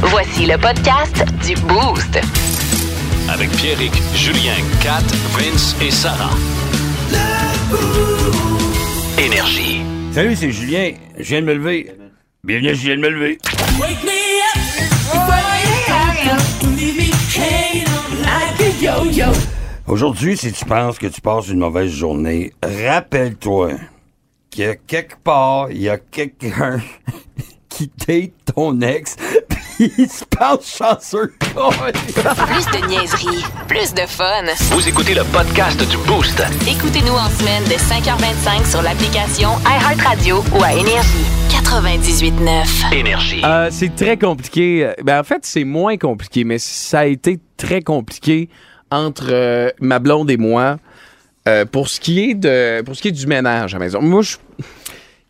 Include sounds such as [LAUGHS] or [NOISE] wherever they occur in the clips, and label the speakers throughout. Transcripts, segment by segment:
Speaker 1: Voici le podcast du Boost.
Speaker 2: Avec Pierrick, Julien, Kat, Vince et Sarah. Énergie.
Speaker 3: Salut, c'est Julien. Je viens de me lever. Bienvenue, à je viens de me lever.
Speaker 4: Wake me up before you hang up. Don't leave me hanging on like a yo-yo.
Speaker 3: Aujourd'hui, si tu penses que tu passes une mauvaise journée, rappelle-toi que quelque part, il y a quelqu'un [LAUGHS] qui date ton ex, [LAUGHS] puis il se passe chanceux. [LAUGHS]
Speaker 1: Plus de niaiserie, plus de fun.
Speaker 2: Vous écoutez le podcast du Boost.
Speaker 1: Écoutez-nous en semaine de 5h25 sur l'application iHeartRadio ou à Énergie. 98.9.
Speaker 2: Énergie.
Speaker 5: Euh, c'est très compliqué. Ben, en fait, c'est moins compliqué, mais ça a été très compliqué entre euh, ma blonde et moi euh, pour ce qui est de pour ce qui est du ménage à la maison. Moi, je-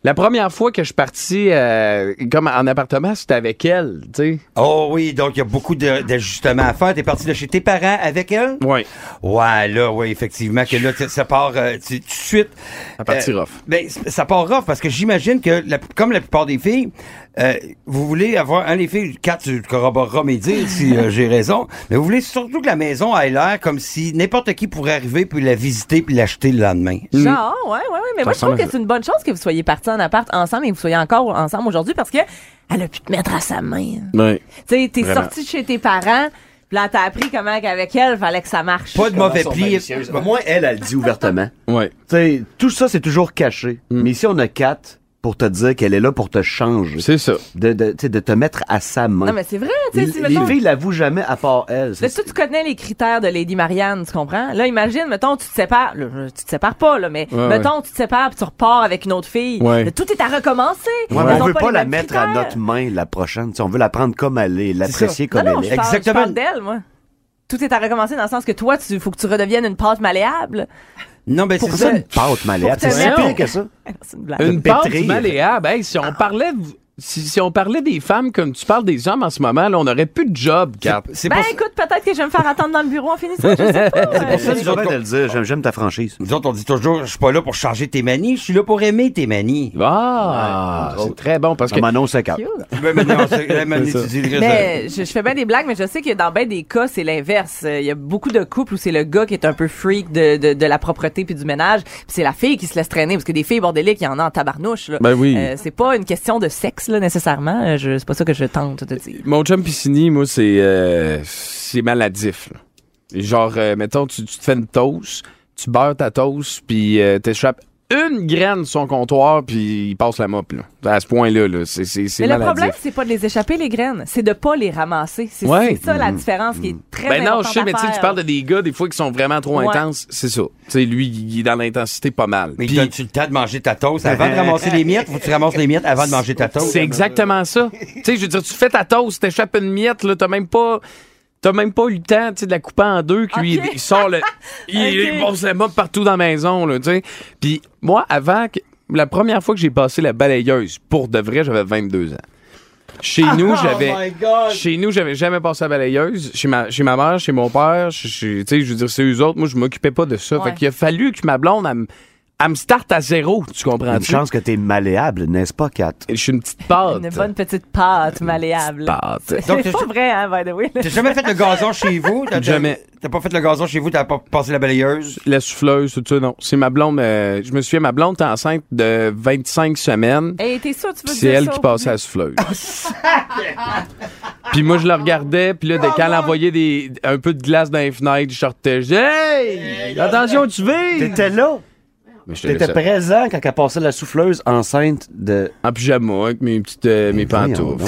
Speaker 5: la première fois que je suis parti euh, comme en appartement, c'était avec elle, tu sais.
Speaker 3: Oh oui, donc il y a beaucoup de- d'ajustements à faire. T'es parti de chez tes parents avec elle?
Speaker 5: Ouais.
Speaker 3: Ouais, là, oui, effectivement, que là, tu- ça part euh, tu- tout de suite.
Speaker 5: Ça partit rough.
Speaker 3: Ben, c- ça part rough parce que j'imagine que, la- comme la plupart des filles, euh, vous voulez avoir, hein, les filles, Kat, tu corroboreras mes dires si euh, j'ai raison, mais vous voulez surtout que la maison ait l'air comme si n'importe qui pourrait arriver puis la visiter puis l'acheter le lendemain.
Speaker 6: Mm.
Speaker 7: Genre, ouais, ouais, ouais. Mais moi, je
Speaker 5: ressemble
Speaker 7: trouve
Speaker 5: à
Speaker 7: que
Speaker 5: ça.
Speaker 7: c'est une bonne chose que vous soyez partis en appart ensemble et vous soyez encore ensemble aujourd'hui parce que elle a pu te mettre à sa main.
Speaker 6: Mm.
Speaker 5: Ouais.
Speaker 7: Tu sais, t'es
Speaker 5: Vraiment.
Speaker 7: sorti de chez tes parents, puis là, t'as appris comment qu'avec elle, fallait que ça marche.
Speaker 3: Pas de mauvais pli.
Speaker 6: Moi, elle, elle le dit ouvertement. Mm.
Speaker 5: Ouais.
Speaker 6: [LAUGHS] Tu sais, tout ça, c'est toujours caché. Mais ici, on a quatre pour te dire qu'elle est là pour te changer.
Speaker 5: C'est ça.
Speaker 6: De, de, tu sais, de te mettre à sa main.
Speaker 7: Non, mais c'est vrai, tu sais, si,
Speaker 6: les les
Speaker 7: mettons,
Speaker 6: filles l'avouent jamais à part elle.
Speaker 7: Là, toi, tu connais les critères de Lady Marianne, tu comprends? Là, imagine, mettons, tu te sépares. Là, tu te sépares pas, là, mais
Speaker 5: Ouais,
Speaker 7: mettons, tu te sépares puis tu repars avec une autre fille.
Speaker 5: Ouais.
Speaker 7: Là, tout est à recommencer.
Speaker 6: Ouais, mais
Speaker 7: Ils
Speaker 6: on
Speaker 7: ont
Speaker 6: veut pas
Speaker 7: les
Speaker 6: la
Speaker 7: mêmes
Speaker 6: mettre à
Speaker 7: critères.
Speaker 6: notre main la prochaine. Tu sais, on veut la prendre comme elle est, l'apprécier
Speaker 7: Non,
Speaker 6: comme
Speaker 7: non,
Speaker 6: elle
Speaker 7: je
Speaker 6: est.
Speaker 7: parle, je
Speaker 3: Exactement.
Speaker 7: parle d'elle, moi. Tout est à recommencer dans le sens que toi, tu faut que tu redeviennes une pâte malléable.
Speaker 3: Non, mais c'est ça.
Speaker 6: C'est ça une pâte malade.
Speaker 7: Faut que
Speaker 6: C'est si
Speaker 7: t'aimes.
Speaker 6: pire que ça.
Speaker 7: Ah, C'est une blague.
Speaker 3: Euh,
Speaker 5: Une pâte
Speaker 6: pétrir.
Speaker 5: malléable. Hey, si on parlait de- si, si on parlait des femmes comme tu parles des hommes en ce moment, là, on aurait plus de job, Kat.
Speaker 3: C'est
Speaker 7: Ben
Speaker 3: pour ça-
Speaker 7: écoute, peut-être que je vais me faire attendre dans le bureau en finissant,
Speaker 3: [LAUGHS]
Speaker 7: je sais pas. euh,
Speaker 3: pour ça,
Speaker 6: C'est
Speaker 3: nous
Speaker 6: bien
Speaker 3: autres,
Speaker 6: de le dire. J'aime- J'aime ta franchise.
Speaker 3: Nous autres, on dit toujours, je suis pas là pour changer tes manies, je suis là pour aimer tes manies.
Speaker 5: Ah, c'est très bon parce que
Speaker 6: Comme annonce à quatre.
Speaker 3: [LAUGHS] Ben, mais non, c'est- la manie,
Speaker 5: ça.
Speaker 3: tu dis le-
Speaker 7: Mais je, je fais bien des blagues, mais je sais que dans bien des cas, c'est l'inverse. Euh, Il y a beaucoup de couples où c'est le gars qui est un peu freak de, de, de la propreté puis du ménage, puis c'est la fille qui se laisse traîner, parce que des filles bordéliques, il y en a en tabarnouche. Là.
Speaker 5: Ben oui.
Speaker 7: Euh, c'est pas une question de sexe, là, nécessairement. Euh, je- C'est pas ça que je tente de dire.
Speaker 5: Mon chum Piscini, moi, c'est euh, c'est maladif. là. Genre, euh, mettons, tu, tu te fais une toast, tu beurres ta toast, puis euh, t'échappes une graine de son comptoir, puis il passe la mop. Là. À ce point-là, là, c'est c'est- c'est
Speaker 7: Mais le
Speaker 5: maladif.
Speaker 7: problème, c'est pas de les échapper, les graines. C'est de pas les ramasser. C'est
Speaker 5: Ouais. Mm.
Speaker 7: c'est ça la différence qui est très
Speaker 5: ben non,
Speaker 7: importante
Speaker 5: je sais,
Speaker 7: à
Speaker 5: mais tu sais, tu
Speaker 7: faire.
Speaker 5: parles de des gars, des fois, qui sont vraiment trop
Speaker 7: Ouais.
Speaker 5: intenses. C'est ça. Tu sais, lui, il est dans l'intensité pas mal.
Speaker 3: Mais
Speaker 5: Puis-
Speaker 3: donnes-tu le temps de manger ta [LAUGHS] toast avant de ramasser les miettes? Faut que tu ramasses les miettes avant de manger ta toast.
Speaker 5: C'est
Speaker 6: [LAUGHS]
Speaker 5: exactement ça. tu sais, je veux dire, tu fais ta toast, t'échappes une miette, là, t'as même pas. T'as même pas eu le temps tu sais, de la couper en deux, puis il-
Speaker 7: Ok.
Speaker 5: il
Speaker 7: [LAUGHS]
Speaker 5: sort le. Il, il
Speaker 7: Ok.
Speaker 5: passe la mop partout dans la maison, là, tu sais. Puis moi, avant, que- la première fois que j'ai passé la balayeuse, pour de vrai, j'avais 22 ans. Chez
Speaker 6: [LAUGHS]
Speaker 5: nous,
Speaker 6: Oh
Speaker 5: j'avais. Chez nous, j'avais jamais passé la balayeuse. Chez ma, chez ma mère, chez mon père, chez- chez- tu sais, je veux dire, c'est eux autres. Moi, je m'occupais pas de ça.
Speaker 7: Ouais.
Speaker 5: Fait qu'il a fallu que ma blonde, elle, me- elle me starte à zéro. Tu comprends?
Speaker 6: Une chance que t'es malléable, n'est-ce pas, Kat? [LAUGHS]
Speaker 5: Je suis une petite pâte.
Speaker 7: Une bonne petite pâte malléable.
Speaker 5: pâte.
Speaker 3: Donc,
Speaker 7: [LAUGHS] C'est
Speaker 3: je-
Speaker 7: pas vrai, hein, by the
Speaker 5: [LAUGHS]
Speaker 7: way. là.
Speaker 3: T'as jamais fait le gazon chez vous? T'as- t'as-
Speaker 5: Jamais.
Speaker 3: T'as pas fait le gazon chez vous, t'as pas passé la balayeuse?
Speaker 5: la souffleuse, tout ça, non. C'est ma blonde. euh, je me souviens, ma blonde était enceinte de 25 semaines.
Speaker 7: Hey, t'es sûr, tu veux
Speaker 5: puis
Speaker 7: dire
Speaker 5: C'est elle
Speaker 7: ça
Speaker 5: qui
Speaker 7: au
Speaker 5: passait à la souffleuse. [LAUGHS] puis moi, je la regardais. Puis là, dès qu'elle envoyait des, un peu de glace dans les fenêtres, je sortais. Je disais, Hey! Attention, tu vis!
Speaker 6: T'étais là?
Speaker 5: Mais je te
Speaker 6: T'étais
Speaker 5: laisse-
Speaker 6: présent quand elle passait la souffleuse enceinte de.
Speaker 5: En pyjama, avec mes petites euh, mes pantoufles.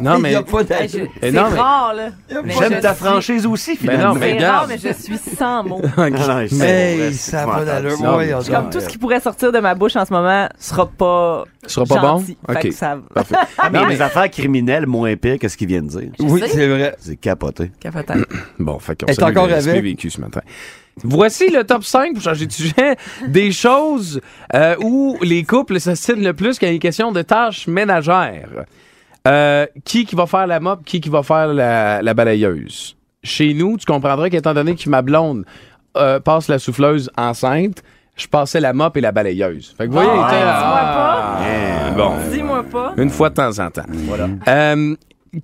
Speaker 5: non,
Speaker 3: Il y
Speaker 5: mais. [LAUGHS]
Speaker 3: a pas
Speaker 7: Hey,
Speaker 3: d'âge.
Speaker 7: Ben, je-
Speaker 5: Eh
Speaker 7: C'est
Speaker 5: non, mais-
Speaker 7: rare, là. Mais je
Speaker 6: J'aime ta
Speaker 7: suis-
Speaker 6: franchise aussi,
Speaker 5: Mais non,
Speaker 6: finalement.
Speaker 5: mais
Speaker 7: C'est rare,
Speaker 5: regarde.
Speaker 7: mais je suis sans
Speaker 5: [LAUGHS]
Speaker 7: mots.
Speaker 6: Ben non, c'est-
Speaker 3: Hey,
Speaker 6: c'est
Speaker 3: ça a pas d'allure.
Speaker 5: Non, mais-
Speaker 3: voyons
Speaker 5: C'est
Speaker 7: Comme
Speaker 3: donc.
Speaker 7: tout ce qui pourrait sortir de ma bouche en ce moment sera pas.
Speaker 5: Ce sera pas bon?
Speaker 7: gentil. Fait
Speaker 5: Ok.
Speaker 7: que ça
Speaker 5: Parfait.
Speaker 6: Ah, mais
Speaker 5: Non,
Speaker 6: les affaires criminelles moins pires que ce qu'il vient de dire.
Speaker 3: Oui,
Speaker 7: sais.
Speaker 3: c'est vrai.
Speaker 6: C'est capoté.
Speaker 7: Capotal.
Speaker 5: Bon, fait qu'on
Speaker 3: Est
Speaker 5: salue
Speaker 3: encore
Speaker 5: le respect
Speaker 3: avec.
Speaker 5: vécu ce matin. Voici le top 5 pour changer de sujet des choses euh, où les couples s'assinent le plus quand il est question de tâches ménagères. Euh, qui qui va faire la mop, qui qui va faire la, la balayeuse. Chez nous, tu comprendras qu'étant donné que ma blonde euh, passe la souffleuse enceinte, je passais la mop et la balayeuse. Fait que vous voyez,
Speaker 6: Ah,
Speaker 5: t'es-
Speaker 6: dis-moi
Speaker 5: ah, bon.
Speaker 7: Dis-moi pas.
Speaker 5: Une fois de temps en temps. Euh,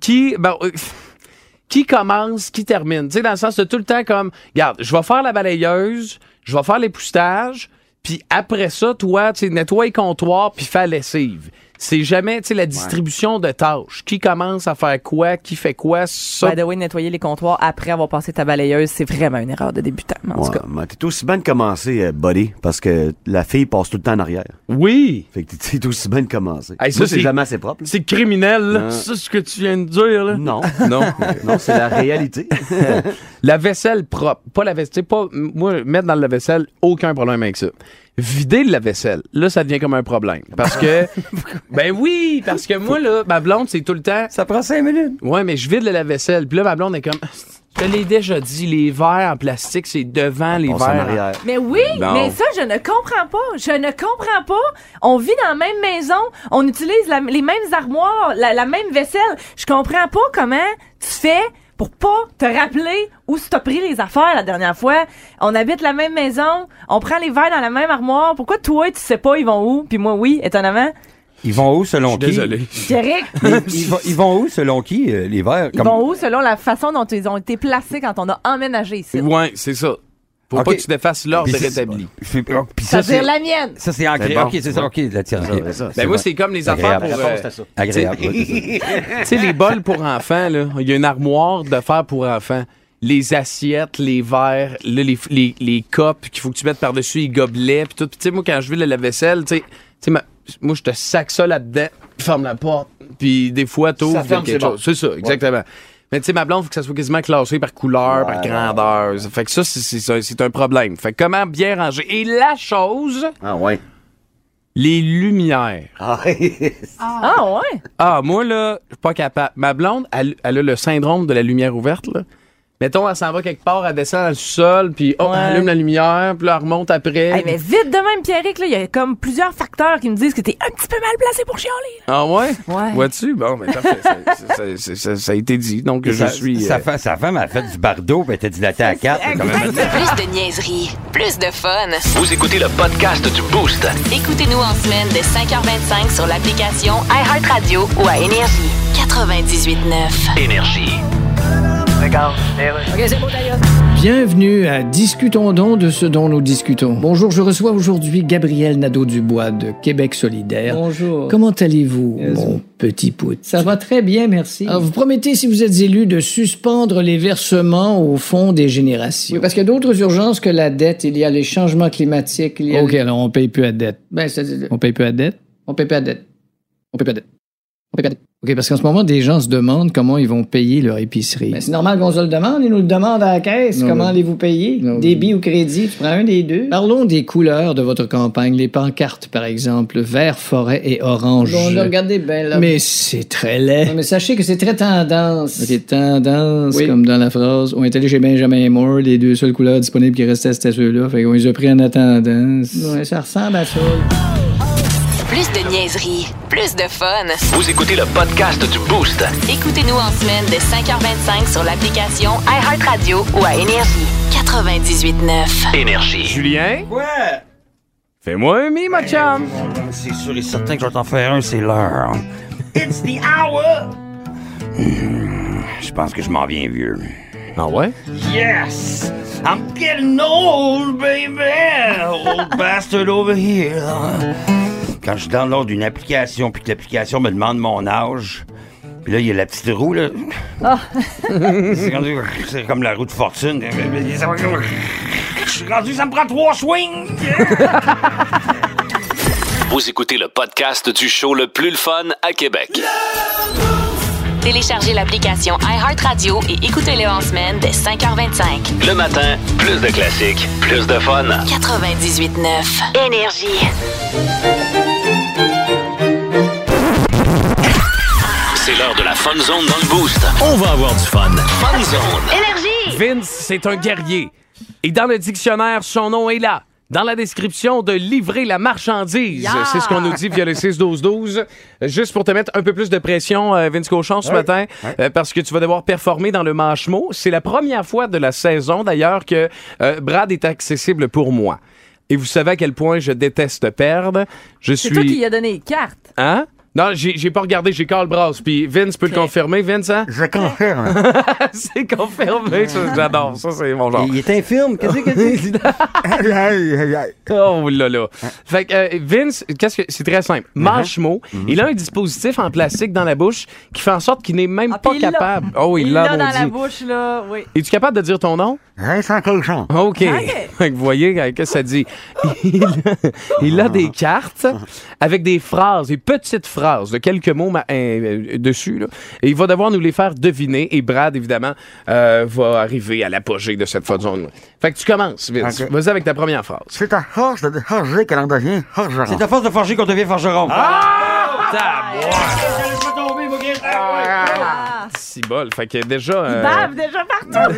Speaker 5: qui, ben, euh, [LAUGHS] qui commence, qui termine. Tu sais, dans le sens de tout le temps comme, regarde, je vais faire la balayeuse, je vais faire les poustages, puis après ça, toi, tu sais, nettoie les comptoirs, puis fais la lessive. C'est jamais, tu sais, la distribution de tâches. Qui commence à faire quoi, qui fait quoi, ça.
Speaker 7: By the way, nettoyer les comptoirs après avoir passé ta balayeuse, c'est vraiment une erreur de débutant, en tout
Speaker 6: Ouais,
Speaker 7: cas.
Speaker 6: mais T'es aussi bien de commencer, euh, buddy, parce que la fille passe tout le temps en arrière.
Speaker 5: oui!
Speaker 6: Fait que t'es t'es aussi bien de commencer.
Speaker 5: Hey, ça,
Speaker 6: Moi, c'est
Speaker 5: c'est-
Speaker 6: jamais assez propre. là.
Speaker 5: C'est criminel, là.
Speaker 6: Euh.
Speaker 5: C'est ce que tu viens de dire, là.
Speaker 6: Non.
Speaker 5: Non.
Speaker 6: [LAUGHS] non, c'est la réalité.
Speaker 5: La vaisselle propre, pas la vaisselle, pas m- moi mettre dans la vaisselle, aucun problème avec ça. Vider de la vaisselle, là ça devient comme un problème parce
Speaker 3: [LAUGHS]
Speaker 5: que ben oui, parce que moi là, ma blonde c'est tout le temps
Speaker 3: Ça prend cinq minutes.
Speaker 5: ouais, mais je vide de la vaisselle, puis là ma blonde est comme je te l'ai déjà dit, les verres en plastique, c'est devant les
Speaker 6: On s'en
Speaker 5: verres.
Speaker 6: arrière.
Speaker 7: Mais oui,
Speaker 5: Bon.
Speaker 7: mais ça, je ne comprends pas. Je ne comprends pas. On vit dans la même maison, on utilise la- les mêmes armoires, la, la même vaisselle. Je comprends pas comment tu fais pour pas te rappeler où tu t'as pris les affaires la dernière fois. On habite la même maison, on prend les verres dans la même armoire. Pourquoi toi, tu sais pas ils vont où, puis moi, oui, étonnamment?
Speaker 3: Ils vont où
Speaker 5: Je suis
Speaker 3: selon qui?
Speaker 5: désolé.
Speaker 7: Pierrick,
Speaker 3: Mais [LAUGHS] Ils, vont, ils vont où selon qui, euh, les verts?
Speaker 7: ils vont où selon la façon dont ils ont été placés quand on a emménagé ici?
Speaker 5: Ouais, c'est ça. Faut
Speaker 3: Ok.
Speaker 5: pas que tu défasses l'ordre
Speaker 3: Puis c'est-
Speaker 5: rétabli.
Speaker 3: Puis- puis ça, c'est
Speaker 7: C'est-à-dire la mienne!
Speaker 3: ça, c'est ancré.
Speaker 6: C'est bon.
Speaker 3: OK, c'est ça. OK, la tienne.
Speaker 6: Ça,
Speaker 3: OK.
Speaker 6: c'est ça,
Speaker 5: Ben moi c'est comme les affaires pour
Speaker 3: Agréable.
Speaker 5: euh,
Speaker 3: Agréable. ouais, c'est ça. [LAUGHS]
Speaker 5: Tu sais, les bols pour enfants, là, il y a une armoire de faire pour enfants. Les assiettes, les verres, là, les, les, les copes qu'il faut que tu mettes par-dessus, les gobelets, puis tout. Puis tu sais, moi, quand je vais la vaisselle, tu sais, tu sais, ma- moi, je te sac ça là-dedans, puis ferme la porte, puis des fois, t'ouvres,
Speaker 3: Ça
Speaker 5: il y a
Speaker 3: ferme,
Speaker 5: quelque
Speaker 3: c'est bon.
Speaker 5: chose. C'est ça, exactement. Mais tu sais, ma blonde, faut que ça soit quasiment classé par couleur, par grandeur. Ça Fait que ça, c'est- c'est ça, c'est un problème. Fait que comment bien ranger? Et la chose,
Speaker 6: Ah ouais.
Speaker 5: les lumières.
Speaker 6: Ah, ouais.
Speaker 7: Ah ouais?
Speaker 5: Ah, moi, là, je suis pas capable. Ma blonde, elle, elle a le syndrome de la lumière ouverte, là. Mettons, elle s'en va quelque part, elle descend dans le sol, puis oh,
Speaker 7: Ouais.
Speaker 5: elle allume la lumière, puis là, elle remonte après.
Speaker 7: Hey, mais vite de même, Pierrick, là, il y a comme plusieurs facteurs qui me disent que t'es un petit peu mal placé pour chialer.
Speaker 5: Ah ouais?
Speaker 7: Ouais.
Speaker 5: Vois-tu? Bon, mais parfait. ça, ça- ça- ça- ça a été dit, donc je
Speaker 3: Ça-
Speaker 5: suis...
Speaker 3: Sa,
Speaker 5: euh,
Speaker 3: fa- sa femme a fait du bardo, puis elle était dilatée à quatre. c'est quand même-
Speaker 1: Plus de niaiserie, plus de fun.
Speaker 2: Vous écoutez le podcast du Boost.
Speaker 1: Écoutez-nous en semaine de 5h25 sur l'application iHeartRadio ou à Énergie. 98.9.
Speaker 2: Énergie.
Speaker 8: Bienvenue à Discutons donc de ce dont nous discutons. Bonjour, je reçois aujourd'hui Gabriel Nadeau-Dubois de Québec solidaire. Bonjour. Comment allez-vous, mon petit pout? Ça va très bien, merci. Alors, vous promettez, si vous êtes élu, de suspendre les versements au fond des générations. Oui, parce qu'il y a d'autres urgences que la dette. Il y a les changements climatiques, il y a... OK, alors on paye plus à dette. Ben, On paye plus à dette? On paye plus à dette. On paye plus à dette. On paye plus à dette. OK, parce qu'en ce moment, des gens se demandent comment ils vont payer leur épicerie. Ben, c'est normal qu'on se le demande. Ils nous le demandent à la caisse. comment allez-vous payer? Débit ou crédit? Tu prends un des deux? Parlons des couleurs de votre campagne. Les pancartes, par exemple. Vert, forêt et orange. regardez bien, là. Mais c'est très laid. mais sachez que c'est très tendance. OK, tendance, comme dans la phrase. On est allé chez Benjamin et Moore. Les deux seules couleurs disponibles qui restaient, c'était ceux-là. Fait qu'on les a pris en attendance. Ouais, ça ressemble à ça.
Speaker 1: Plus de niaiserie, plus de fun.
Speaker 2: Vous écoutez le podcast du Boost.
Speaker 1: Écoutez-nous en semaine de 5h25 sur l'application iHeartRadio ou à Énergie. 98.9.
Speaker 2: Énergie.
Speaker 5: Julien,
Speaker 3: Ouais!
Speaker 5: fais-moi un mi, ma chum.
Speaker 3: C'est sûr et certain que je vais t'en faire un, c'est l'heure. hein. It's the hour! Hmm, Je pense que je m'en viens vieux.
Speaker 5: Ah ouais?
Speaker 3: Yes! I'm getting old, baby! [LAUGHS] Old bastard over here. Quand je download une application, puis que l'application me demande mon âge, puis là, il y a la petite roue, là. [LAUGHS] C'est comme, c'est comme la roue de fortune. Je suis rendu, ça me prend trois swings.
Speaker 2: Vous écoutez le podcast du show le plus le fun à Québec.
Speaker 1: Téléchargez l'application iHeartRadio et écoutez-le en semaine dès 5h25.
Speaker 2: Le matin, plus de classiques, plus de fun.
Speaker 1: 98.9. Énergie.
Speaker 2: C'est l'heure de la fun zone dans le boost. On va avoir du fun. Fun zone.
Speaker 1: Énergie!
Speaker 5: Vince, c'est un guerrier. Et dans le dictionnaire, son nom est là. Dans la description de livrer la marchandise.
Speaker 7: Yeah!
Speaker 5: C'est ce qu'on nous dit via le 6-12-12. Euh, Juste pour te mettre un peu plus de pression, euh, Vince Cochon, ce matin, euh, parce que tu vas devoir performer dans le manchemot. C'est la première fois de la saison, d'ailleurs, que euh, Brad est accessible pour moi. Et vous savez à quel point je déteste perdre. Je
Speaker 7: C'est
Speaker 5: suis.
Speaker 7: toi qui lui as donné les cartes.
Speaker 5: Hein? Non, j'ai j'ai pas regardé, j'ai Carl Brass. Puis Vince peut le
Speaker 7: Ok.
Speaker 5: confirmer, Vince, hein? [LAUGHS]
Speaker 3: Je confirme.
Speaker 5: c'est confirmé, ça, j'adore. Ça, c'est mon genre.
Speaker 3: Il est infirme. Qu'est-ce que tu
Speaker 5: Oh là là. Fait que, euh, Vince, qu'est-ce que c'est très simple. Mâche-mot. Il a un dispositif en plastique dans la bouche qui fait en sorte qu'il n'est même
Speaker 7: Ah,
Speaker 5: pas
Speaker 7: puis il l'a.
Speaker 5: capable. Oh, il
Speaker 7: Il
Speaker 5: l'a
Speaker 7: l'a dans la
Speaker 5: maudit.
Speaker 7: bouche, là. Oui.
Speaker 5: Es-tu capable de dire ton nom?
Speaker 3: Vincent Cochon.
Speaker 5: OK.
Speaker 7: Ok.
Speaker 5: [LAUGHS] Fait que vous voyez euh, qu'est-ce que ça dit. [LAUGHS] Il a, il a des cartes avec des phrases, des petites phrases de quelques mots ma- euh, euh, dessus. là. Et il va devoir nous les faire deviner. Et Brad, évidemment, euh, va arriver à l'apogée de cette faute zone. Fait que tu commences, Vince.
Speaker 9: Ok.
Speaker 5: Vas-y avec ta première phrase.
Speaker 9: C'est à force de déforger que l'on devient forgeron.
Speaker 3: C'est à force de forger qu'on devient forgeron.
Speaker 5: Ah, Si bol. Fait que déjà... euh,
Speaker 7: Bave Ah, déjà partout.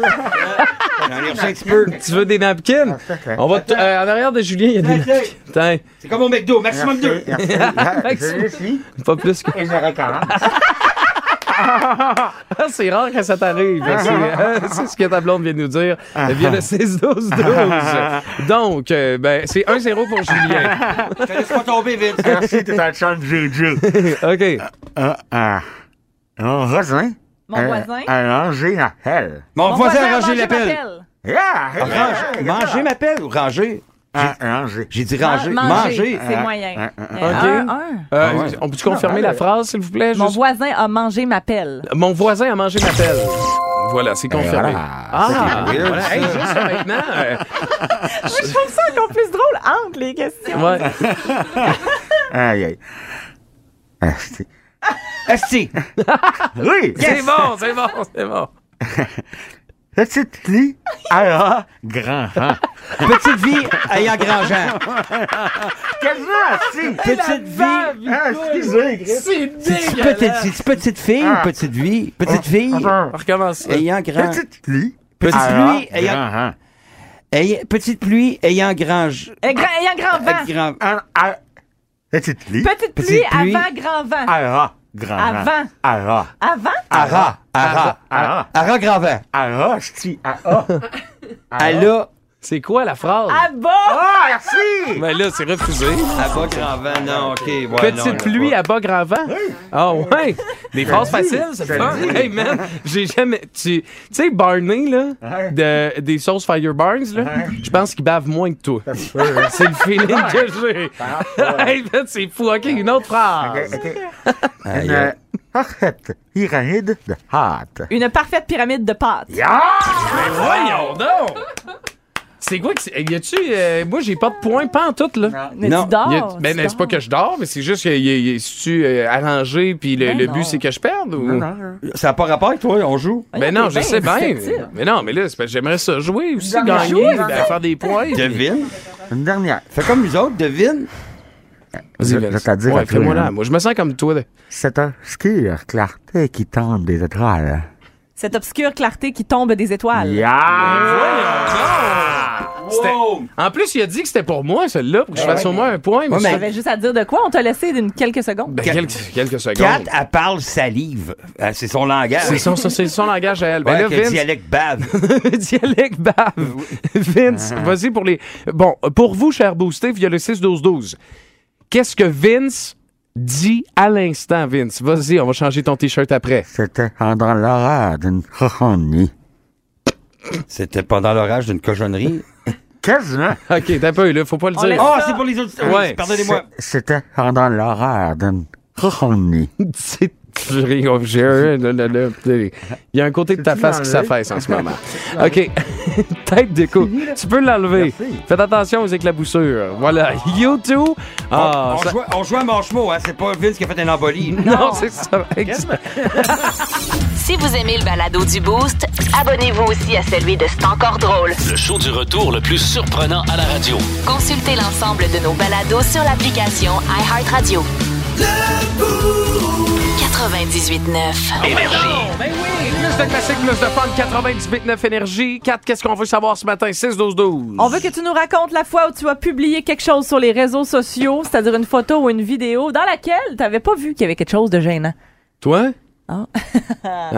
Speaker 3: J'en ai reçu un petit peu.
Speaker 5: tu veux des napkins?
Speaker 9: fait.
Speaker 5: On va t- euh, en arrière de Julien, il y a des
Speaker 3: [LAUGHS] Merci.
Speaker 5: napkins.
Speaker 3: C'est comme au McDo, maximum
Speaker 9: Merci,
Speaker 3: deux.
Speaker 9: merci. Je- Je suis
Speaker 5: Tiens, pas plus que...
Speaker 9: et je recommence.
Speaker 5: Ah, c'est rare que ça t'arrive. C'est, euh, c'est ce que ta blonde vient de nous dire via le 6-12-12. Donc, euh, ben, c'est 1-0 pour Julien.
Speaker 3: Je te laisse pas tomber, Vince.
Speaker 9: Merci, t'es un chum Juju.
Speaker 5: OK. euh,
Speaker 9: Ah, ah. Mon voisin.
Speaker 7: Mon voisin.
Speaker 9: A rangé la pelle.
Speaker 3: Mon voisin a rangé
Speaker 7: la
Speaker 3: l'appel.
Speaker 7: pelle.
Speaker 6: Ah,
Speaker 9: Yeah, yeah, yeah.
Speaker 3: Range- Manger ma pelle ou ranger?
Speaker 9: Ah, rangé.
Speaker 3: J'ai dit ranger.
Speaker 7: Manger.
Speaker 3: Manger.
Speaker 7: C'est
Speaker 9: Ah,
Speaker 7: moyen.
Speaker 9: ah, ah.
Speaker 7: Mais
Speaker 5: Ok.
Speaker 7: un, un.
Speaker 5: Euh,
Speaker 3: Ah ouais.
Speaker 5: On peut-tu confirmer la phrase, s'il vous plaît?
Speaker 7: Mon
Speaker 5: Juste-
Speaker 7: voisin a mangé ma pelle.
Speaker 5: Mon voisin a mangé ma pelle. Voilà, c'est confirmé. Ah, voilà. Hey, juste maintenant. euh,
Speaker 7: Je trouve ça encore plus drôle entre les questions.
Speaker 5: ouais.
Speaker 9: Aïe, aïe. Asti.
Speaker 3: Esti.
Speaker 9: [LAUGHS] Oui!
Speaker 5: C'est bon, c'est bon, c'est bon.
Speaker 9: Petite lit, alors, grand vent.
Speaker 3: Petite vie ayant grand [LAUGHS] Jean.
Speaker 9: Qu'est-ce que c'est, Asti?
Speaker 3: Petite vie.
Speaker 9: Ah, excusez, Chris.
Speaker 5: C'est
Speaker 3: C'est-tu petite, c'est-tu petite fille ou petite vie? Petite fille
Speaker 6: Ah,
Speaker 9: Attends.
Speaker 5: On recommence.
Speaker 3: ayant grand.
Speaker 9: Petite lit,
Speaker 3: Petite
Speaker 9: alors,
Speaker 6: Ah,
Speaker 3: pluie ayant,
Speaker 9: grand vent.
Speaker 3: ayant- petite pluie ayant grand. j-
Speaker 7: Un grand- Il y a grand vent.
Speaker 3: avec grand-
Speaker 9: Ah, ah. Petite lit,
Speaker 7: Petite pluie
Speaker 3: Petite pluie.
Speaker 7: avant grand vent.
Speaker 9: alors, grand vent.
Speaker 7: Avant.
Speaker 9: Alors.
Speaker 7: Avant?
Speaker 6: Ah.
Speaker 3: Ara, ara,
Speaker 9: Ara.
Speaker 3: ara grand vent.
Speaker 9: Alors, Asti. Ah,
Speaker 3: Alla,
Speaker 5: C'est quoi la phrase?
Speaker 7: À bas.
Speaker 9: ah, merci!
Speaker 5: Ben là, c'est refusé.
Speaker 3: Abba grand vent, non, ok. ouais, non, non.
Speaker 5: Petite pluie à bas grand vent. Ah ouais. Des phrases faciles, c'est
Speaker 9: je
Speaker 5: fun.
Speaker 9: le dis.
Speaker 5: Hey man, j'ai jamais. Tu tu sais, Barney, là,
Speaker 9: Ouais.
Speaker 5: de, des sauces Fire Barnes, là,
Speaker 9: Ouais.
Speaker 5: je pense qu'il bave moins que toi.
Speaker 9: Ouais,
Speaker 5: C'est le feeling que j'ai. Hey man, c'est fou. OK, une autre phrase.
Speaker 9: ok.
Speaker 3: Aïe,
Speaker 9: Une
Speaker 3: aïe.
Speaker 9: Euh, parfaite pyramide de hâte.
Speaker 7: Une parfaite pyramide de pâtes.
Speaker 5: Voyons donc. C'est quoi que c'est? Y a-tu. euh, moi, j'ai pas de point, pas en tout, là.
Speaker 7: Mais
Speaker 3: Non,
Speaker 7: tu dors.
Speaker 5: Y a- ben,
Speaker 7: tu
Speaker 5: c'est pas
Speaker 7: dors.
Speaker 5: que je dors, mais c'est juste que y a- y a- suis-tu euh, arrangé, puis le,
Speaker 7: Ben
Speaker 5: le
Speaker 7: non.
Speaker 5: but, c'est que je perde? Ou...
Speaker 3: Ça n'a pas rapport avec toi, on joue.
Speaker 5: Ben
Speaker 7: Voyons,
Speaker 5: non, je
Speaker 7: t'es
Speaker 5: sais
Speaker 7: bien
Speaker 5: bien.
Speaker 7: subtil.
Speaker 5: Mais non, mais là, c'est parce que j'aimerais ça jouer aussi,
Speaker 7: J'aimerais
Speaker 5: gagner,
Speaker 7: jouer,
Speaker 5: ben,
Speaker 7: j'aimerais.
Speaker 5: faire des points.
Speaker 3: Devine.
Speaker 9: Une dernière.
Speaker 3: Fais comme nous autres, devine.
Speaker 5: Vas-y,
Speaker 9: Je-
Speaker 5: Vince.
Speaker 9: je t'ai dit,
Speaker 5: Ouais,
Speaker 9: rappelez,
Speaker 5: fais-moi là.
Speaker 9: hein.
Speaker 5: Moi, je me sens comme toi. là.
Speaker 9: Cette obscure clarté qui tombe des étoiles.
Speaker 7: Cette obscure clarté qui tombe des étoiles.
Speaker 5: C'était- En plus, il a dit que c'était pour moi, celle-là, pour que je fasse au moins un point. Mais
Speaker 3: Ouais, mais-
Speaker 7: J'avais juste à te dire de quoi. On t'a laissé d'une quelques secondes.
Speaker 5: ben, quelques, quelques secondes.
Speaker 3: Kat, elle parle salive. Euh, C'est son langage.
Speaker 5: C'est son, ça, c'est son langage à elle. Ben
Speaker 3: Ouais,
Speaker 5: là,
Speaker 3: que le
Speaker 5: Vince,
Speaker 3: dialecte bave.
Speaker 5: [LAUGHS] dialecte bave. Vince, vas-y pour les. Bon, pour vous, cher Boosté, via le 6-12-12, qu'est-ce que Vince dit à l'instant, Vince? Vas-y, on va changer ton T-shirt après.
Speaker 9: C'était pendant l'horreur d'une profonde nuit.
Speaker 3: C'était pendant l'orage d'une [LAUGHS] cochonnerie.
Speaker 9: Quasiment.
Speaker 5: OK, t'as peu, là. Faut pas le
Speaker 7: On laisse
Speaker 5: dire.
Speaker 3: Oh,
Speaker 6: Ah,
Speaker 3: c'est pour les autres.
Speaker 5: Ouais.
Speaker 3: Pardonnez-moi.
Speaker 9: C'était pendant l'horreur d'une profonde nuit.
Speaker 5: [LAUGHS] C'est tu ris, oh, j'ai un, là, là, là. Il y a un côté de ta
Speaker 10: Peux-tu
Speaker 5: face qui
Speaker 10: l'enlever?
Speaker 5: s'affaisse en
Speaker 7: [LAUGHS]
Speaker 5: ce moment.
Speaker 10: l'enlever?
Speaker 5: OK. [LAUGHS] Tête de coupe. Tu peux l'enlever. Faites attention aux éclaboussures. Voilà. You too. Ah,
Speaker 3: on,
Speaker 5: ça-
Speaker 3: jouait, on jouait à Manchemot, hein? C'est pas Vince qui a fait une embolie.
Speaker 5: [LAUGHS] Non, c'est ça. Exact.
Speaker 1: Si vous aimez le balado du Boost, abonnez-vous aussi à celui de C'est encore drôle.
Speaker 2: Le show du retour le plus surprenant à la radio.
Speaker 1: Consultez l'ensemble de nos balados sur l'application iHeartRadio. 98.9
Speaker 5: Ben oui, plus de classique, plus de fun, 98.9 énergie. 4, qu'est-ce qu'on veut savoir ce matin? 6-12-12.
Speaker 7: On veut que tu nous racontes la fois où tu as publié quelque chose sur les réseaux sociaux, [LAUGHS] c'est-à-dire une photo ou une vidéo dans laquelle tu n'avais pas vu qu'il y avait quelque chose de gênant.
Speaker 5: Toi?
Speaker 7: Ah.
Speaker 5: [LAUGHS] Hein?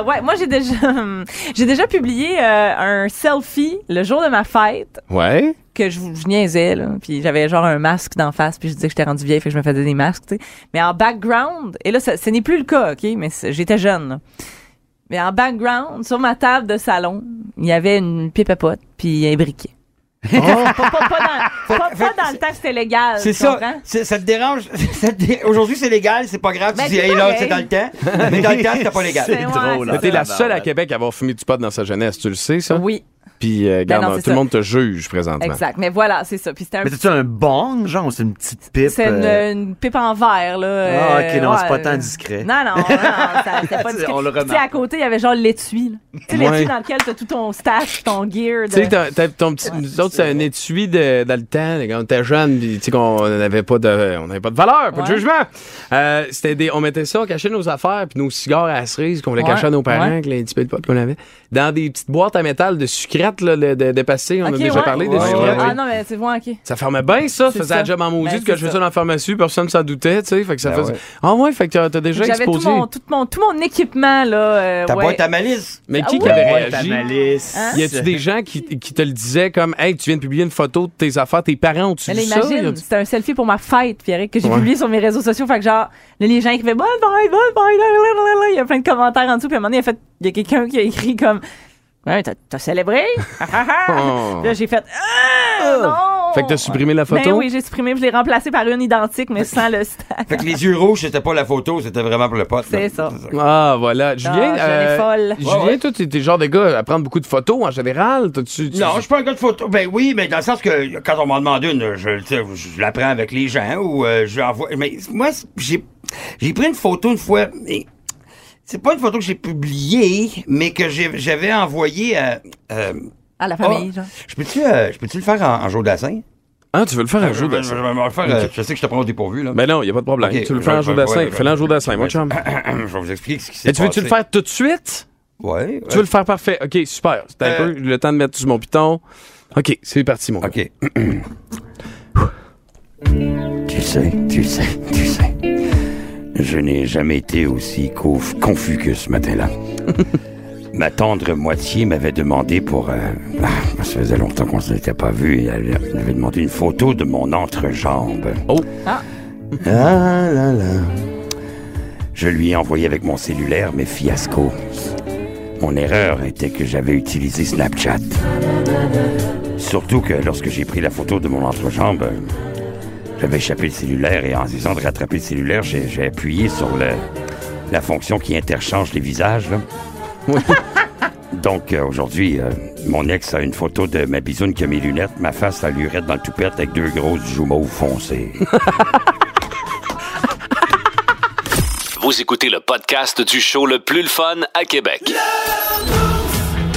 Speaker 7: Euh, ouais, moi j'ai déjà [LAUGHS] j'ai déjà publié euh, un selfie le jour de ma fête
Speaker 5: Ouais.
Speaker 7: que je, je niaisais là, puis j'avais genre un masque d'en face puis je disais que j'étais rendue vieille fait que je me faisais des masques, tu sais. Mais en background, et là ça- ce n'est plus le cas, OK, mais c'est- j'étais jeune. là. Mais en background, sur ma table de salon, il y avait une pipe à potes puis
Speaker 6: [LAUGHS]
Speaker 7: un briquet. pas, pas- pas dans, pas- pas dans le temps que c'était légal.
Speaker 3: C'est
Speaker 7: tu
Speaker 3: ça.
Speaker 7: comprends?
Speaker 3: C'est- Ça te dérange. [LAUGHS] ça te dé- Aujourd'hui, c'est légal, c'est pas grave.
Speaker 7: Mais
Speaker 3: tu dis,
Speaker 7: Ben, c'est
Speaker 3: hey, là,
Speaker 7: pareil.
Speaker 3: c'est dans le temps. Mais dans le temps, c'était pas légal.
Speaker 7: [LAUGHS] Ben C'est drôle,
Speaker 5: Mais t'es la seule à Québec à avoir fumé du pot dans sa jeunesse, tu le sais, ça?
Speaker 7: Ah, ben, Oui.
Speaker 5: Puis, euh, regarde,
Speaker 7: Ben non, c'est
Speaker 5: tout le
Speaker 7: ça.
Speaker 5: monde te juge présentement.
Speaker 7: Exact. Mais voilà, c'est ça. Puis c'était un
Speaker 6: Mais
Speaker 7: petit-
Speaker 6: t'as-tu un bong, genre, ou c'est une petite pipe?
Speaker 7: C'est une,
Speaker 6: euh,
Speaker 7: une pipe en verre, là.
Speaker 6: Ah,
Speaker 7: euh,
Speaker 6: ok, non, c'est pas
Speaker 7: ouais.
Speaker 6: tant discret.
Speaker 7: Non, non, non,
Speaker 5: [LAUGHS]
Speaker 7: ça- c'était pas
Speaker 6: On le
Speaker 7: discret. Puis, Tu sais,
Speaker 6: remarque.
Speaker 7: à côté, il y avait genre l'étui, là. Tu sais,
Speaker 5: Ouais.
Speaker 7: l'étui dans lequel t'as tout ton stash, ton gear. de-
Speaker 5: Tu sais, t'as- t'as ton petit. nous autres, c'est un étui de, dans le temps, quand on était jeune, puis tu sais qu'on n'avait pas de, on n'avait pas de valeur, pas de
Speaker 10: Ouais.
Speaker 5: jugement. Euh, c'était des, on mettait ça, on cachait nos affaires, puis nos cigares à la cerise qu'on voulait
Speaker 10: Ouais,
Speaker 5: cacher à nos parents,
Speaker 10: ouais.
Speaker 5: avec les petits peu de pot qu'on avait, dans des petites boîtes à métal de sucrètes là, de, de, de pastilles, on
Speaker 7: Ok,
Speaker 5: a déjà
Speaker 7: ouais.
Speaker 5: parlé de
Speaker 7: Ouais, ouais.
Speaker 5: sucrètes.
Speaker 7: Ah non, mais c'est bon, ok.
Speaker 5: Ça fermait bien, ça.
Speaker 7: C'est
Speaker 5: faisait
Speaker 7: ça.
Speaker 5: la job en maudit
Speaker 7: Ben,
Speaker 5: que
Speaker 7: c'est
Speaker 5: je faisais
Speaker 7: ça.
Speaker 5: dans la pharmacie, personne s'en doutait, tu sais. Fait que ça
Speaker 10: Ben
Speaker 5: faisait.
Speaker 10: ouais.
Speaker 5: Ah ouais, fait que t'as t'as déjà
Speaker 7: J'avais tout
Speaker 5: exposé.
Speaker 7: mon, tout, mon, tout mon équipement, là. euh, ouais.
Speaker 3: malice.
Speaker 5: Mais
Speaker 7: Ah
Speaker 5: qui, qui
Speaker 7: oui?
Speaker 5: avait
Speaker 7: Ta
Speaker 5: réagi?
Speaker 7: boîte à malice. Hein?
Speaker 5: Y a-tu des gens qui, qui te le disaient comme, hey, tu viens de publier une photo de tes affaires, tes parents ont-tu
Speaker 7: Mais
Speaker 5: vu
Speaker 7: là,
Speaker 5: ça? Y
Speaker 7: imagine,
Speaker 5: a-tu-
Speaker 7: c'était un selfie pour ma fête, Pierre, que j'ai
Speaker 5: Ouais.
Speaker 7: publié sur mes réseaux sociaux. Fait que genre, là, les gens écrivaient « Bonne fête, bonne fête, lalalala. Il y a plein de commentaires en dessous. Puis à un moment donné, il y a fait- il y a quelqu'un qui a écrit comme « Ouais, t'as- t'as célébré? Ah, ah, ah.
Speaker 5: Oh.
Speaker 7: Là, j'ai fait « Ah, non!
Speaker 5: Fait que t'as supprimé la photo?
Speaker 7: Ben oui, j'ai supprimé, puis je l'ai remplacée par une identique, mais sans le stack.
Speaker 3: Fait que les yeux rouges, c'était pas la photo, c'était vraiment pour le pote. là.
Speaker 7: C'est ça.
Speaker 5: Ah, voilà. Julien, euh,
Speaker 7: j'en ai folle.
Speaker 5: Julien,
Speaker 3: Ouais, ouais.
Speaker 5: toi, t'es t'es le genre de gars à prendre beaucoup de photos en général. T'as-tu- tu-
Speaker 3: Non, je suis pas un gars de photo. Ben oui, mais dans le sens que quand on m'en demande une, je, tu sais, je la prends avec les gens ou euh, je l'envoie. Mais moi, c'est- j'ai, j'ai pris une photo une fois. et c'est pas une photo que j'ai publiée, mais que j'ai- j'avais envoyée à. euh,
Speaker 7: [LAUGHS] À la famille, genre.
Speaker 3: je peux-tu, euh, je peux-tu le faire en, en jour d'assin?
Speaker 5: Ah, tu veux le faire en
Speaker 3: Je-
Speaker 5: jour
Speaker 3: Je,
Speaker 5: d'assin?
Speaker 3: je vais me le faire, euh,
Speaker 5: Ok.
Speaker 3: je sais que je te prends au dépourvu, là.
Speaker 5: Ben non, y a pas de problème.
Speaker 3: Ok,
Speaker 5: tu veux le
Speaker 3: je-
Speaker 5: faire en
Speaker 3: je-
Speaker 5: jour
Speaker 3: ouais,
Speaker 5: d'assin.
Speaker 3: ouais,
Speaker 5: Fais-le en jour d'assin, mon chum.
Speaker 3: [COUGHS] Je vais vous expliquer ce qui s'est
Speaker 5: Et tu
Speaker 3: passé.
Speaker 5: veux-tu le faire tout de suite?
Speaker 3: Ouais.
Speaker 5: Tu veux le faire parfait? OK, super. C'est un
Speaker 3: Euh,
Speaker 5: peu le temps de mettre sur mon piton. OK, c'est parti, mon
Speaker 3: OK.
Speaker 11: [CLEARS THROAT] Tu sais, tu sais, tu sais. Je n'ai jamais été aussi conf- confus que ce matin-là.
Speaker 3: Ma tendre moitié m'avait demandé pour... euh,
Speaker 11: ah, ça faisait longtemps qu'on ne s'était pas vu. Elle m'avait demandé une photo de mon entrejambe.
Speaker 5: Oh!
Speaker 7: Ah.
Speaker 11: Ah là là. Je lui ai envoyé avec mon cellulaire, mais fiasco. Mon erreur était que j'avais utilisé Snapchat. Surtout que lorsque j'ai pris la photo de mon entrejambe, euh, j'avais échappé le cellulaire et en essayant de rattraper le cellulaire, j'ai j'ai appuyé sur le- la fonction qui interchange les visages. là. Donc euh, aujourd'hui, euh, mon ex a une photo de ma bisoune qui a mes lunettes, ma face à lurette dans le toupette avec deux grosses joues mauves foncées.
Speaker 2: Vous écoutez le podcast du show le plus le fun à Québec.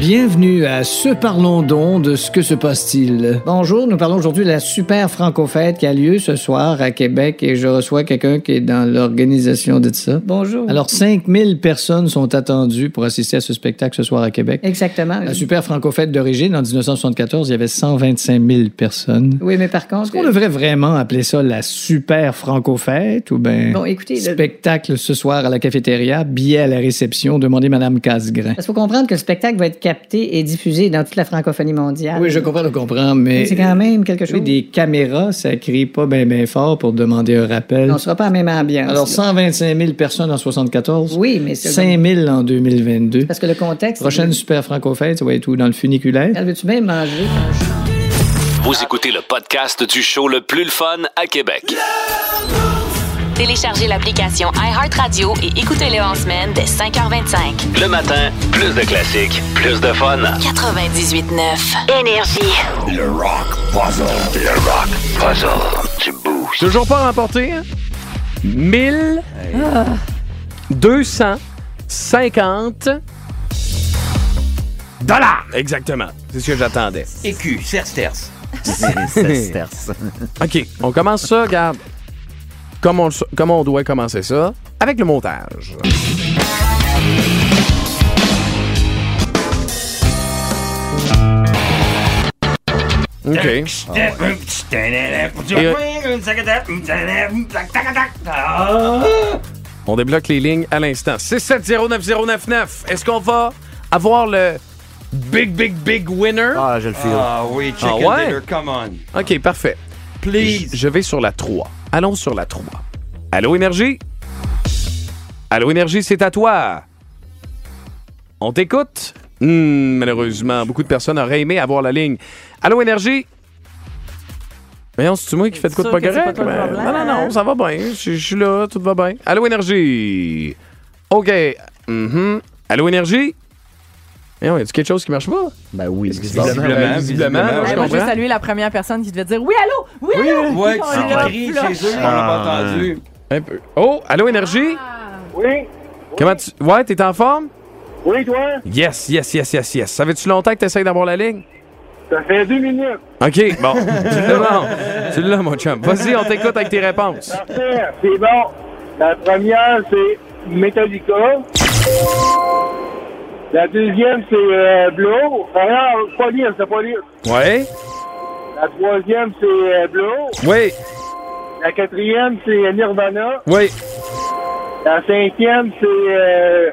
Speaker 8: Bienvenue à Ce Parlons donc de ce que se passe-t-il. Bonjour, nous parlons aujourd'hui de la super franco-fête qui a lieu ce soir à Québec et je reçois quelqu'un qui est dans l'organisation de ça. Bonjour. Alors, 5000 personnes sont attendues pour assister à ce spectacle ce soir à Québec.
Speaker 5: Euh,
Speaker 12: Exactement.
Speaker 8: La super franco-fête d'origine, en 1974, il y avait 125 000 personnes.
Speaker 12: Oui, mais par contre.
Speaker 8: Est-ce
Speaker 10: euh,
Speaker 8: qu'on devrait vraiment appeler ça la super franco-fête ou bien
Speaker 12: Bon, écoutez, le-
Speaker 8: spectacle ce soir à la cafétéria, billet à la réception, demandez Madame Casgrain.
Speaker 12: Parce qu'il faut comprendre que le spectacle va être cap-
Speaker 10: capté et diffusé dans toute la francophonie mondiale.
Speaker 8: Oui, je comprends, je comprends, mais.
Speaker 10: C'est quand même quelque chose.
Speaker 8: Oui, des caméras, ça crie pas bien ben fort pour demander un rappel.
Speaker 10: On sera pas en même ambiance.
Speaker 8: Alors,
Speaker 10: là.
Speaker 8: 125 000 personnes en 74.
Speaker 10: Oui, mais c'est-
Speaker 8: 5 000 en 2022.
Speaker 10: Parce que le contexte.
Speaker 8: Prochaine super franco-fête, ça va être où? Dans le funiculaire?
Speaker 10: Elle veut-tu bien manger?
Speaker 2: Vous écoutez le podcast du show le plus le fun à Québec.
Speaker 1: Téléchargez l'application iHeartRadio et écoutez-le en semaine dès 5h25.
Speaker 2: Le matin, plus de classiques, plus de fun.
Speaker 1: 98.9 Énergie.
Speaker 2: Le rock puzzle. Le rock puzzle.
Speaker 5: Toujours pas remporté, hein? 1000,
Speaker 7: Ah.
Speaker 5: 250 dollars. Exactement. C'est ce que j'attendais.
Speaker 3: Écu,
Speaker 5: [LAUGHS]
Speaker 3: cersterce.
Speaker 5: OK, on commence ça, regarde. Comme on, le- comme on doit commencer ça? Avec le montage. OK. euh, On débloque les lignes à l'instant. 6709099. Est-ce qu'on va avoir le big, big, big winner? Ah, je le
Speaker 3: feel. Ah oui, chicken dinner, come
Speaker 5: on. OK, parfait. Please. Je vais sur la 3. Allons sur la 3. Allô, Énergie? Allô, Énergie, c'est à toi. On t'écoute? Hmm, malheureusement, beaucoup de personnes auraient aimé avoir la ligne. Allô, Énergie? Voyons, c'est-tu moi qui fais de quoi de
Speaker 4: sûr
Speaker 5: pas
Speaker 4: que c'est pas
Speaker 5: correct?
Speaker 4: toi le
Speaker 5: Ben,
Speaker 4: problème.
Speaker 5: non, non, non, ça va bien. Je je suis là, tout va bien. Allô, Énergie? OK. Mhm. Allô, Énergie? Voyons, y a-tu quelque chose qui marche pas? Ben oui. Visiblement,
Speaker 3: Visiblement,
Speaker 5: visiblement,
Speaker 3: visiblement.
Speaker 5: je
Speaker 7: Moi, je veux
Speaker 5: comprends.
Speaker 7: saluer la première personne qui devait dire oui, allô, oui,
Speaker 3: Oui,
Speaker 7: allô.
Speaker 3: ouais,
Speaker 7: Puis
Speaker 3: qui
Speaker 7: on
Speaker 3: s'est
Speaker 7: l'a
Speaker 3: écrit
Speaker 7: flush.
Speaker 3: chez eux, on l'a pas entendu.
Speaker 5: Un peu. Oh, allô, Énergie?
Speaker 12: Oui.
Speaker 5: Comment tu. Ouais, t'es en forme?
Speaker 12: Oui, toi?
Speaker 5: Yes, yes, yes, yes, yes. Ça fait-tu longtemps que t'essayes d'avoir la ligne?
Speaker 12: Ça fait deux minutes.
Speaker 5: OK,
Speaker 12: [LAUGHS]
Speaker 5: bon. tu l'as, non. Tu l'as, mon chum. Vas-y, on t'écoute avec tes réponses.
Speaker 12: Parfait, c'est bon. La première, c'est Metallica. La deuxième, c'est euh, Blow. Ah non, c'est pas lire, c'est pas lire.
Speaker 5: Ouais?
Speaker 12: La troisième, c'est euh, Blow.
Speaker 5: Oui.
Speaker 12: La quatrième, c'est Nirvana.
Speaker 5: Oui.
Speaker 12: La cinquième, c'est... Euh,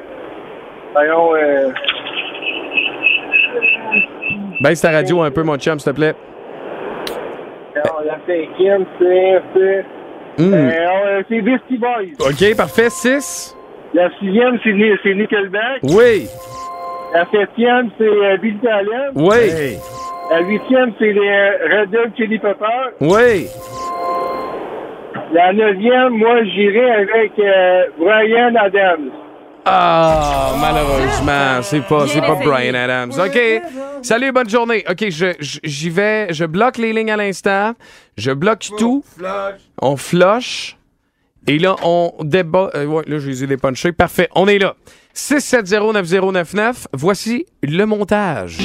Speaker 12: voyons, euh,
Speaker 5: Baisse ta radio un peu, mon chum, s'il te plaît.
Speaker 12: non, la cinquième, c'est... C'est
Speaker 5: Hmm.
Speaker 12: euh, c'est Beastie Boys.
Speaker 5: OK, parfait. 6.
Speaker 12: La sixième, c'est Ni- c'est Nickelback.
Speaker 5: Oui.
Speaker 12: La septième, c'est euh, Bill Talent.
Speaker 5: Oui. Hey.
Speaker 12: La huitième, c'est les euh, Red Hot Chili Peppers.
Speaker 5: Oui.
Speaker 12: La neuvième, moi, j'irai avec euh, Brian Adams.
Speaker 5: Ah, malheureusement, c'est pas, c'est pas
Speaker 12: essayé.
Speaker 5: Brian Adams. OK. Salut, bonne journée. OK, je- je- j'y vais. Je bloque les lignes à l'instant. Je bloque tout. On flush. Et là, on débat. euh, ouais, là, je les ai dépunchés. Parfait. On est là. 6709099. Voici le montage.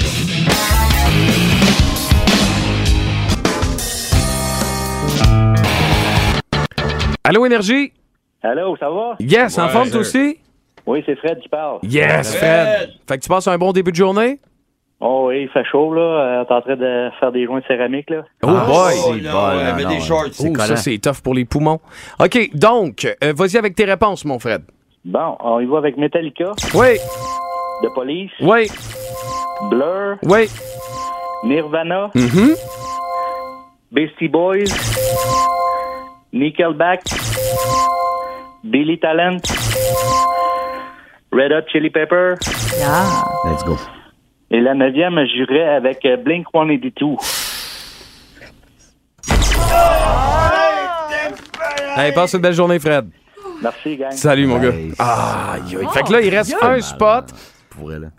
Speaker 5: Allô, Énergie?
Speaker 13: Allô, ça va?
Speaker 5: Yes, en forme, toi aussi?
Speaker 13: Oui, c'est Fred qui parle.
Speaker 5: Yes, Fred. Fait que tu passes un bon début de journée?
Speaker 13: Oh oui, il fait chaud, là. Euh, T'es en train de faire des joints de céramique, là.
Speaker 5: Oh boy!
Speaker 3: non, met des non, shorts. c'est
Speaker 5: Oh,
Speaker 3: collant.
Speaker 5: ça, c'est tough pour les poumons. OK, donc, euh, vas-y avec tes réponses, mon Fred.
Speaker 13: Bon, on y va avec Metallica.
Speaker 5: Oui.
Speaker 13: The Police.
Speaker 5: Oui.
Speaker 13: Blur.
Speaker 5: Oui.
Speaker 13: Nirvana.
Speaker 6: Mm-hmm.
Speaker 5: Mhm.
Speaker 13: Beastie Boys. Nickelback. Billy Talent. Red Hot Chili Pepper.
Speaker 6: Let's go.
Speaker 13: Et la neuvième, j'irai avec euh, Blink 182.
Speaker 5: Allez, passe une belle journée, Fred.
Speaker 13: Merci, gang.
Speaker 5: Salut, mon gars.
Speaker 13: Nice.
Speaker 5: Ah, aïe, aïe. Fait que là,
Speaker 7: Oh,
Speaker 5: il reste un spot.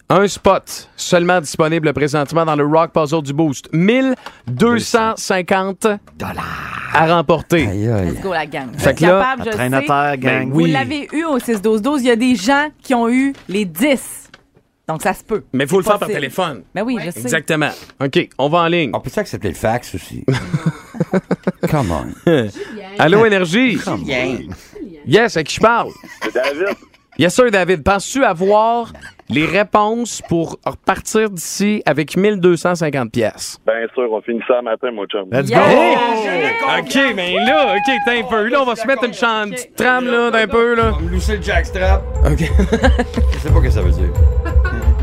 Speaker 5: Un spot seulement disponible présentement dans le Rock Puzzle du Boost. 1250 dollars à remporter.
Speaker 7: Let's go, la gang. Vous
Speaker 5: Fait que
Speaker 7: êtes
Speaker 5: là-
Speaker 7: capable, je le
Speaker 5: Traîne à
Speaker 7: sais.
Speaker 5: terre, gang.
Speaker 7: Vous
Speaker 5: Oui.
Speaker 7: l'avez eu au 6-12-12. Il y a des gens qui ont eu les 10. Donc, ça se peut.
Speaker 5: Mais faut le
Speaker 7: C'est
Speaker 5: faire par
Speaker 7: possible.
Speaker 5: téléphone.
Speaker 7: Ben oui, je sais.
Speaker 5: Exactement. OK, on va en ligne.
Speaker 3: On peut s'accepter le fax aussi. Come on.
Speaker 5: Allô, Énergie?
Speaker 3: Julien.
Speaker 5: Yes, à qui je parle?
Speaker 12: David.
Speaker 5: Yes, sir, David. Penses-tu avoir les réponses pour repartir d'ici avec 1250 pièces?
Speaker 12: Bien sûr, on finit ça matin, mon chum.
Speaker 5: Let's go! OK, mais là, OK, t'as un peu. Là, on va se mettre une, chan- une petite trame, là, d'un peu, là.
Speaker 3: Lucille Jackstrap.
Speaker 5: OK.
Speaker 3: Je sais pas ce que ça veut dire.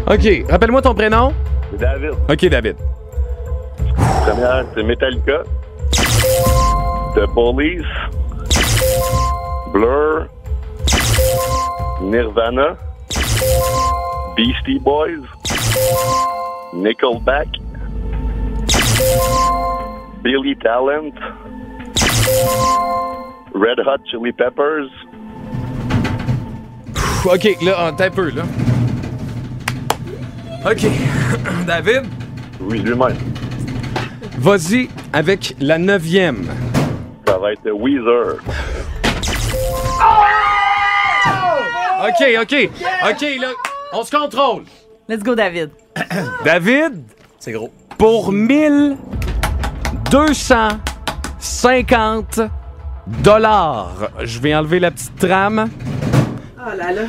Speaker 5: OK. Rappelle-moi ton prénom.
Speaker 14: David,
Speaker 5: OK, David.
Speaker 14: première, c'est Metallica. The Police. Blur. Nirvana. Beastie Boys. Nickelback. Billy Talent. Red Hot Chili Peppers.
Speaker 5: Pff, OK, là, on- t'as un peu, là. OK. [CLEARS THROAT] David?
Speaker 14: Oui, lui-même.
Speaker 5: Vas-y avec la neuvième.
Speaker 14: Ça va être Weezer.
Speaker 5: OK, OK. OK, là, on se contrôle.
Speaker 7: Let's go, David.
Speaker 5: David? C'est gros. Pour 1250 dollars. Je vais enlever la petite trame.
Speaker 4: Oh là là.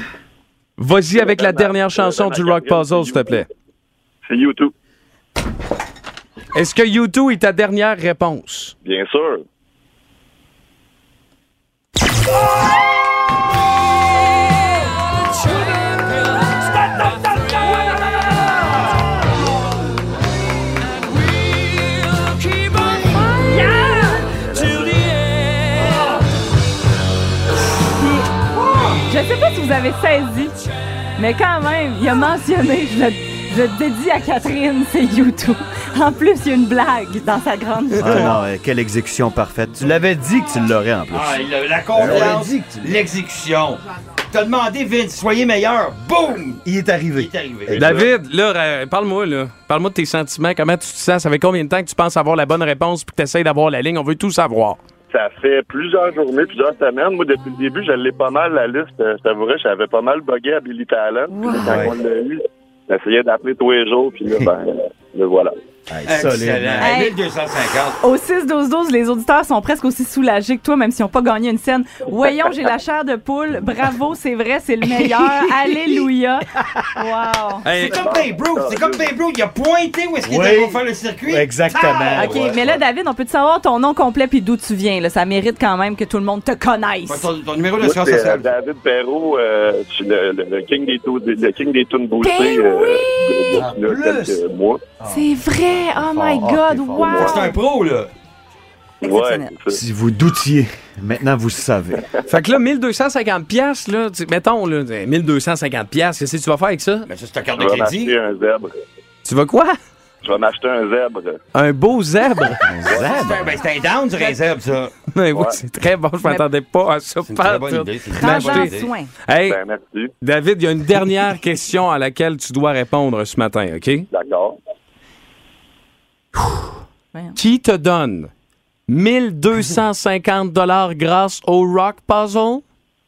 Speaker 5: Vas-y avec la dernière chanson du Rock Puzzle, s'il te plaît.
Speaker 14: C'est YouTube.
Speaker 5: Est-ce que U2 est ta dernière réponse?
Speaker 14: Bien sûr.
Speaker 7: Je sais pas si vous avez saisi, mais quand même, il a mentionné, je le, je le dédie à Catherine, c'est YouTube. En plus, il y a une blague dans sa grande
Speaker 6: Ah
Speaker 7: histoire.
Speaker 6: non, euh, quelle exécution parfaite. Tu l'avais dit que tu l'aurais en plus.
Speaker 3: Ah, il a- la confiance, l'exécution. T'as demandé, Vince, soyez meilleur. Boum!
Speaker 6: Il est arrivé.
Speaker 3: Il est arrivé.
Speaker 5: David, là, euh, parle-moi, là. Parle-moi de tes sentiments. Comment tu te sens? Ça fait combien de temps que tu penses avoir la bonne réponse puis que tu essaies d'avoir la ligne? On veut tout savoir.
Speaker 14: Ça fait plusieurs journées, plusieurs semaines. Moi, depuis le début, je l'ai pas mal, la liste. Euh, Je t'avouerais, j'avais pas mal bugué à Billy Talent. Puis là, quand
Speaker 3: Ouais.
Speaker 14: on l'a eu, j'essayais d'appeler tous les jours.
Speaker 6: [LAUGHS]
Speaker 14: Puis là, ben, euh, le voilà.
Speaker 3: Excellent.
Speaker 7: Hey.
Speaker 3: 1250.
Speaker 7: Au 6-12-12, les auditeurs sont presque aussi soulagés que toi, même s'ils n'ont pas gagné une scène. Voyons, j'ai la chair de poule. Bravo, c'est vrai, c'est le [LAUGHS] meilleur. Alléluia. Wow.
Speaker 3: C'est comme Babe Ruth, c'est comme Babe Ruth, il a pointé où est-ce qu'il
Speaker 7: Oui.
Speaker 3: était pour faire le circuit. Ah!
Speaker 7: OK, mais là, David, on peut te savoir ton nom complet puis d'où tu viens. Là. Ça mérite quand même que tout le monde te connaisse.
Speaker 3: numéro
Speaker 7: de
Speaker 14: Moi,
Speaker 7: séance
Speaker 14: c'est,
Speaker 7: sociale.
Speaker 14: euh, David Perrault, euh, je suis le, le- le king des taux, le king des tunes boostées.
Speaker 7: Ben
Speaker 14: euh,
Speaker 7: oui!
Speaker 14: de- de-
Speaker 7: En
Speaker 14: de-
Speaker 7: plus!
Speaker 14: quelques mois.
Speaker 7: C'est vrai. Oh my God. Wow.
Speaker 3: Ah, C'est euh, un pro, là.
Speaker 14: Ouais, c'est ça.
Speaker 6: Si vous doutiez, maintenant vous savez.
Speaker 5: Fait que là, 1250 pièces là, tu- mettons, là, ben, 1250 pièces qu'est-ce que tu vas faire avec ça?
Speaker 3: Mais ça, c'est ta carte
Speaker 14: Je vais m'acheter un zèbre.
Speaker 5: Tu vas quoi?
Speaker 14: Je vais m'acheter un zèbre.
Speaker 5: Un beau zèbre? [LAUGHS]
Speaker 3: C'est un- ben, c'est un down du réserve, ça.
Speaker 5: Mais oui, c'est très bon. Je m'attendais pas à ça. C'est
Speaker 3: une très bonne idée, c'est une très bonne idée. Prends-en soin.
Speaker 5: Hey,
Speaker 14: Ben,
Speaker 5: David, il y a
Speaker 14: [LAUGHS]
Speaker 5: une dernière question à laquelle tu dois répondre ce matin, OK?
Speaker 14: D'accord.
Speaker 5: Qui te donne 1250 dollars grâce au Rock Puzzle?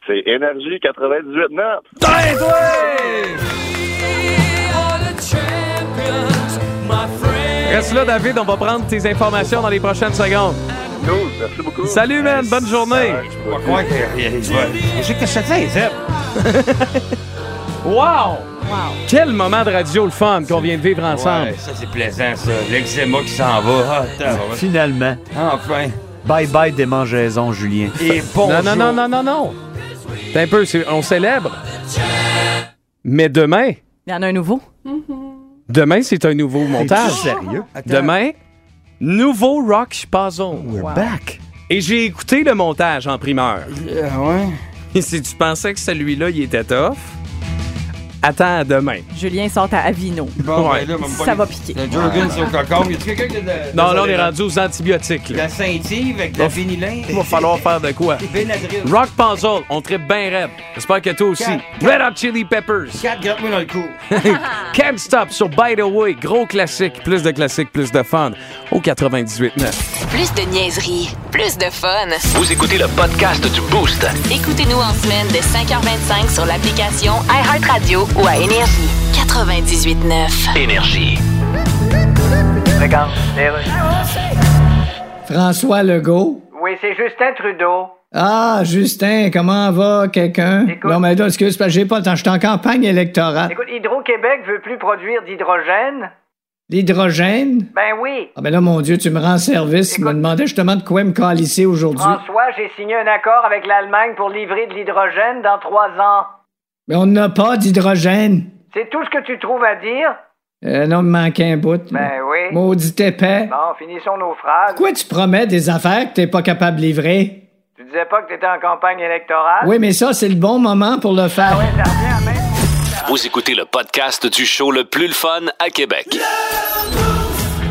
Speaker 14: C'est Énergie 98.9.
Speaker 5: Reste là, David. On va prendre tes informations dans les prochaines secondes.
Speaker 14: Cool, merci beaucoup.
Speaker 5: Salut, man. Bonne journée.
Speaker 3: Pas quoi qu'il arrive. Je sais que t'as acheté un zèbre.
Speaker 5: Wow! Quel moment de radio le fun qu'on vient de vivre ensemble.
Speaker 3: Ouais, ça, c'est plaisant, ça. L'eczéma qui s'en va. Ah, tabarouette.
Speaker 6: Finalement.
Speaker 3: Enfin.
Speaker 6: Bye bye démangeaison, Julien.
Speaker 3: Et bonjour.
Speaker 5: Non, non, non, non, non, non. T'as un peu, c'est- on célèbre. Mais demain,
Speaker 7: Il y en a un nouveau.
Speaker 5: demain, c'est un nouveau montage.
Speaker 6: sérieux? Attends.
Speaker 5: Demain, nouveau Rock Puzzle. We're
Speaker 6: back.
Speaker 5: Et j'ai écouté le montage en primeur. [LAUGHS]
Speaker 3: Ah ouais?
Speaker 5: Et si tu pensais que celui-là, il était tough, attends à demain.
Speaker 7: Julien sort à Avino.
Speaker 3: Bon, ben là,
Speaker 7: Ça va piquer.
Speaker 3: Le Jurgen sur le cocon. Y a quelqu'un qui a de-
Speaker 5: Non, là, on est rendu aux antibiotiques.
Speaker 3: La
Speaker 5: Là.
Speaker 3: Saint-Yves avec de la
Speaker 5: Ouf.
Speaker 3: vinylin.
Speaker 5: hein. Il va falloir faire de quoi.
Speaker 3: Benadryl.
Speaker 5: Rock Puzzle, on tripe bien raide. J'espère que toi aussi.
Speaker 3: Quatre.
Speaker 5: Red Hot Chili Peppers.
Speaker 3: Quatre, gratte-moi dans le cou.
Speaker 5: Can't Stop sur By The Way. Gros classique. Plus de classiques, plus de fun. Au 98.9.
Speaker 1: Plus de niaiserie, plus de fun.
Speaker 2: Vous écoutez le podcast du Boost.
Speaker 1: Écoutez-nous en semaine de 5h25 sur l'application iHeartRadio ou à Énergie. 98.9.
Speaker 2: Énergie.
Speaker 8: François Legault.
Speaker 15: Oui, c'est Justin Trudeau.
Speaker 8: Ah, Justin, comment va quelqu'un? Non, mais là, excuse, parce que j'ai pas le temps. Je suis en campagne électorale.
Speaker 15: Écoute, Hydro-Québec veut plus produire d'hydrogène.
Speaker 8: L'hydrogène?
Speaker 15: Ben oui.
Speaker 8: Ah ben là, mon Dieu, tu me rends service. Tu me demandais justement de quoi me calisser aujourd'hui.
Speaker 15: François, j'ai signé un accord
Speaker 8: Ben,
Speaker 15: avec l'Allemagne pour livrer de l'hydrogène dans trois ans.
Speaker 8: Mais on n'a pas d'hydrogène.
Speaker 15: C'est tout ce que tu trouves à dire?
Speaker 8: Euh, non, il me manquait un bout.
Speaker 15: Ben oui.
Speaker 8: Maudit épais.
Speaker 15: Bon, finissons nos phrases.
Speaker 8: Pourquoi tu promets des affaires que t'es pas capable de livrer?
Speaker 15: Tu disais pas que t'étais en campagne électorale? Ah
Speaker 8: Oui, mais ça, c'est le bon moment pour le faire.
Speaker 2: Vous écoutez le podcast du show le plus le fun à Québec.